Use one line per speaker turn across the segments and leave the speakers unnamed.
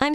I'm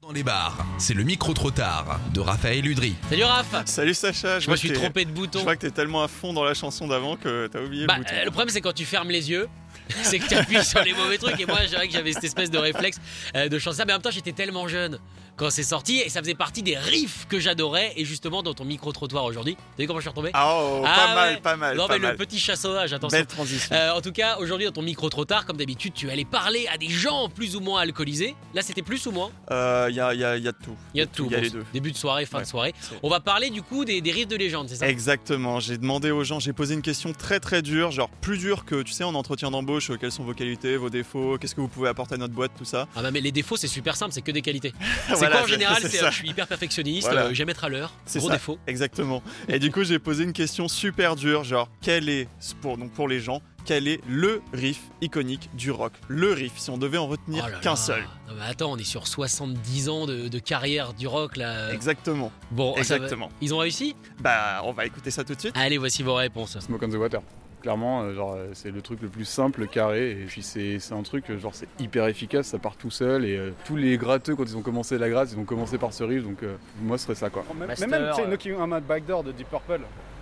Dans les bars, c'est le micro-trottoir de Raphaël Udry.
Salut Raph
Salut Sacha,
Je
vois
me
que
suis
t'es-
trompé de
Je
bouton.
crois que t'es tellement à fond dans la chanson d'avant que t'as oublié
Bah,
le bouton.
euh, le problème c'est quand tu fermes les yeux, c'est que t'appuies sur les mauvais trucs et moi c'est vrai que j'avais cette espèce de réflexe euh, de chanter ça, mais en même temps j'étais tellement jeune quand c'est sorti et ça faisait partie des riffs que j'adorais et justement dans ton micro-trottoir aujourd'hui, t'as vu comment je suis retombé
Ah oh,
Ah
pas
ouais.
mal, pas mal,
Non
pas
mais
mal.
le petit chat sauvage, attention.
Belle transition.
Euh, en tout cas, aujourd'hui dans ton micro-trottoir, comme d'habitude, tu allais parler à des gens plus ou moins alcoolisés. Là c'était plus ou moins
Il Euh, y, a, y a- y a de tout.
Il y a de tout.
Il y a
bon,
les deux.
Début de soirée, fin
Ouais.
de soirée.
C'est-
On va parler du coup des, des riffs de légende, c'est ça
Exactement, j'ai demandé aux gens, j'ai posé une question très très dure, genre plus dure que, tu sais, en entretien d'embauche, euh, quelles sont vos qualités, vos défauts, qu'est-ce que vous pouvez apporter à notre boîte, tout ça.
Ah bah mais les défauts c'est super simple, c'est que des qualités. C'est
Voilà,
quoi en général c'est,
ça.
euh, Je suis hyper perfectionniste,
Voilà.
euh, j'aime être à l'heure,
C'est
gros
ça.
défaut.
Exactement. Et du coup, j'ai posé une question super dure, genre quel est pour donc pour les gens, quel est le riff iconique du rock Le riff, si on devait en retenir
Oh là
qu'un
là.
seul.
Non mais attends, on est sur 70 ans de, de carrière du rock là.
Exactement.
Bon, Oh, ça va-
Exactement.
Ils ont réussi
Bah, on va écouter ça tout de suite.
Allez, voici vos réponses.
Smoke on the Water. Clairement, euh, genre, euh, c'est le truc le plus simple, carré, et puis c'est c'est un truc, euh, genre, c'est hyper efficace, ça part tout seul, et euh, tous les gratteux, quand ils ont commencé la grasse, ils ont commencé par ce riff, donc euh, moi, ce serait ça, quoi.
Même,
Master,
mais même, tu sais,
euh,
Knocking on My Backdoor de Deep Purple.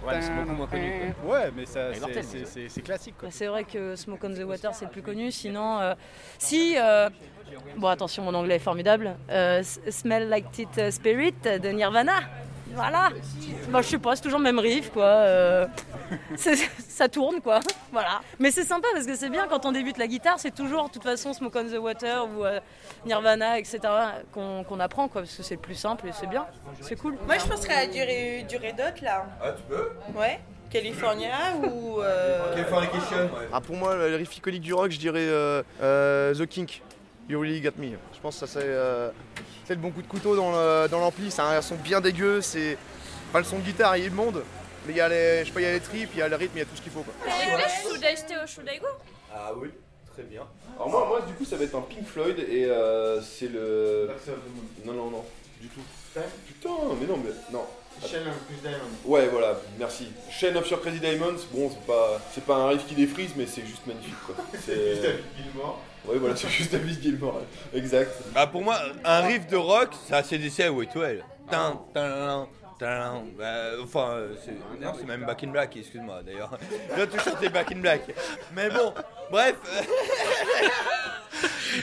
Ouais, mais c'est beaucoup moins connu. quoi.
Ouais, mais ça,
Elle est
c'est-
mortelle,
c'est
mais-
c'est- c'est classique.
Bah,
Quoi.
C'est vrai que Smoke on the Water, c'est le plus connu. Sinon, euh, si. euh, bon, attention, mon anglais est formidable. Euh, S- Smell Like Teen Spirit de Nirvana. Voilà. Bah, je sais pas, c'est toujours le même riff, quoi. euh, c'est- ça tourne, quoi. Voilà. Mais c'est sympa parce que c'est bien quand on débute la guitare, c'est toujours, de toute façon, Smoke on the Water ou euh, Nirvana, etc., qu'on qu'on apprend, quoi, parce que c'est le plus simple et c'est bien. C'est cool.
Moi, je penserais à du, du Red Hot, là. Ah, tu peux Ouais. California ou... euh,
Ah, pour moi, le riff iconique du rock, je dirais euh, euh, The Kink. You really got me. Je pense que ça c'est euh, c'est le bon coup de couteau dans le- dans l'ampli. C'est un son bien dégueu. C'est pas le son de guitare, il est immonde. Mais il y a les, je sais pas, il y a les tripes, il y a le rythme, il y a tout ce qu'il faut. Quoi. Ah oui, très bien. Alors moi, moi, du coup, ça va être un Pink Floyd et euh, c'est le. Non, non, non, du tout. Putain, mais non, mais non. Shane of Diamonds. Ouais, voilà, merci. Shane of Your Crazy Diamonds, bon, c'est pas, c'est pas un riff qui défrise, mais c'est juste magnifique, quoi. C'est juste David Gilmore. Ouais, voilà, c'est juste David Gilmore, ouais. exact.
Bah pour moi, un riff de rock, c'est ACDC à Wetwell. Tin, tin, tin, euh, enfin, euh, c'est- non, c'est même Back in Black, excuse-moi d'ailleurs. Là, tu chantes les Back in Black. Mais bon, bref. euh.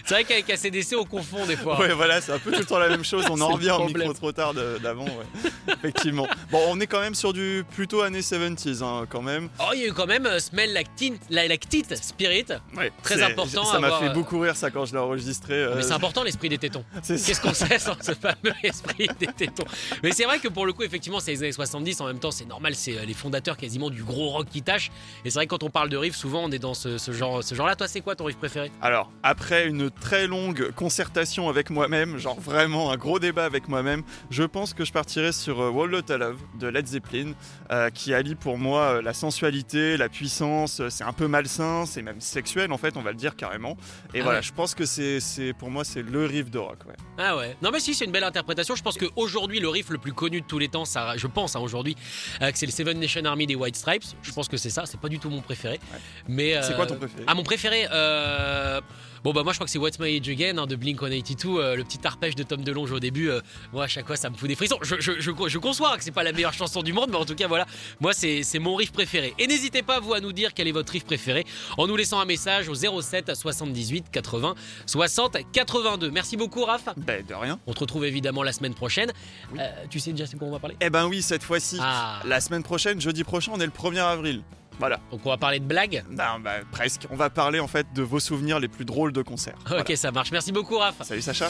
C'est vrai qu'avec ACDC, on confond des fois.
Ouais, voilà, c'est un peu tout le temps la même chose. On en
C'est le
revient au
problème.
micro trop tard de- d'avant, ouais. Effectivement. Bon, on est quand même sur du plutôt années 70s, hein, quand même.
Oh, il y a eu quand même euh, Smell Like Teen, la- like Teen Spirit.
Ouais,
Très
c'est-
important à
Ça m'a
avoir,
fait
euh,
beaucoup rire, ça, quand je l'ai enregistré. euh,
Mais c'est important l'esprit des tétons.
c'est ça.
Qu'est-ce qu'on sait sans ce fameux esprit des tétons Mais c'est vrai que pour le coup, effectivement, c'est les années 70. En même temps, c'est normal, c'est euh, les fondateurs quasiment du gros rock qui tâche. Et c'est vrai que quand on parle de riff, souvent on est dans ce, ce genre, ce genre-là. Toi, c'est quoi ton riff préféré
Alors, après une très longue concertation avec moi-même, genre vraiment un gros débat avec moi-même, je pense que je partirai sur euh, Wall Outta Love de Led Zeppelin, euh, qui allie pour moi euh, la sensualité, la puissance, euh, c'est un peu malsain, c'est même sexuel en fait, on va le dire carrément. Et
Ah
voilà,
ouais.
je pense que c'est, c'est- pour moi c'est le riff de rock. ouais.
Ah ouais. Non mais si, c'est une belle interprétation. Je pense qu'aujourd'hui, le riff le plus connu de tous les temps, ça, je pense hein, aujourd'hui, euh, que c'est le Seven Nation Army des White Stripes. Je pense que c'est ça. C'est pas du tout mon préféré. Mais
C'est
euh,
quoi ton préféré
Ah mon préféré. euh, Bon bah moi je crois que c'est What's My Age Again hein, de Blink 182, euh, le petit arpège de Tom DeLonge au début. euh, moi à chaque fois ça me fout des frissons. Je, je, je, je conçois que c'est pas la meilleure chanson du monde, mais en tout cas voilà, moi c'est c'est mon riff préféré. Et n'hésitez pas vous à nous dire quel est votre riff préféré en nous laissant un message au 07 78 80 60 82. Merci beaucoup Raph.
Ben de rien.
On te retrouve évidemment la semaine prochaine. Euh, tu sais déjà c'est quoi on va parler
Eh ben oui, cette fois-ci.
Ah.
La semaine prochaine, jeudi prochain, on est le 1er avril. Voilà,
Donc on va parler de blagues.
Non, bah, presque. On va parler en fait de vos souvenirs les plus drôles de concerts. Voilà.
Ok ça marche. Merci beaucoup Raph.
Salut Sacha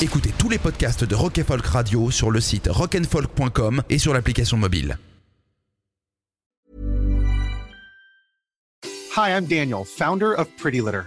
Écoutez tous les podcasts de Rock et Folk Radio sur le site rockandfolk.com et sur l'application mobile.
Hi, I'm Daniel, founder of Pretty Litter.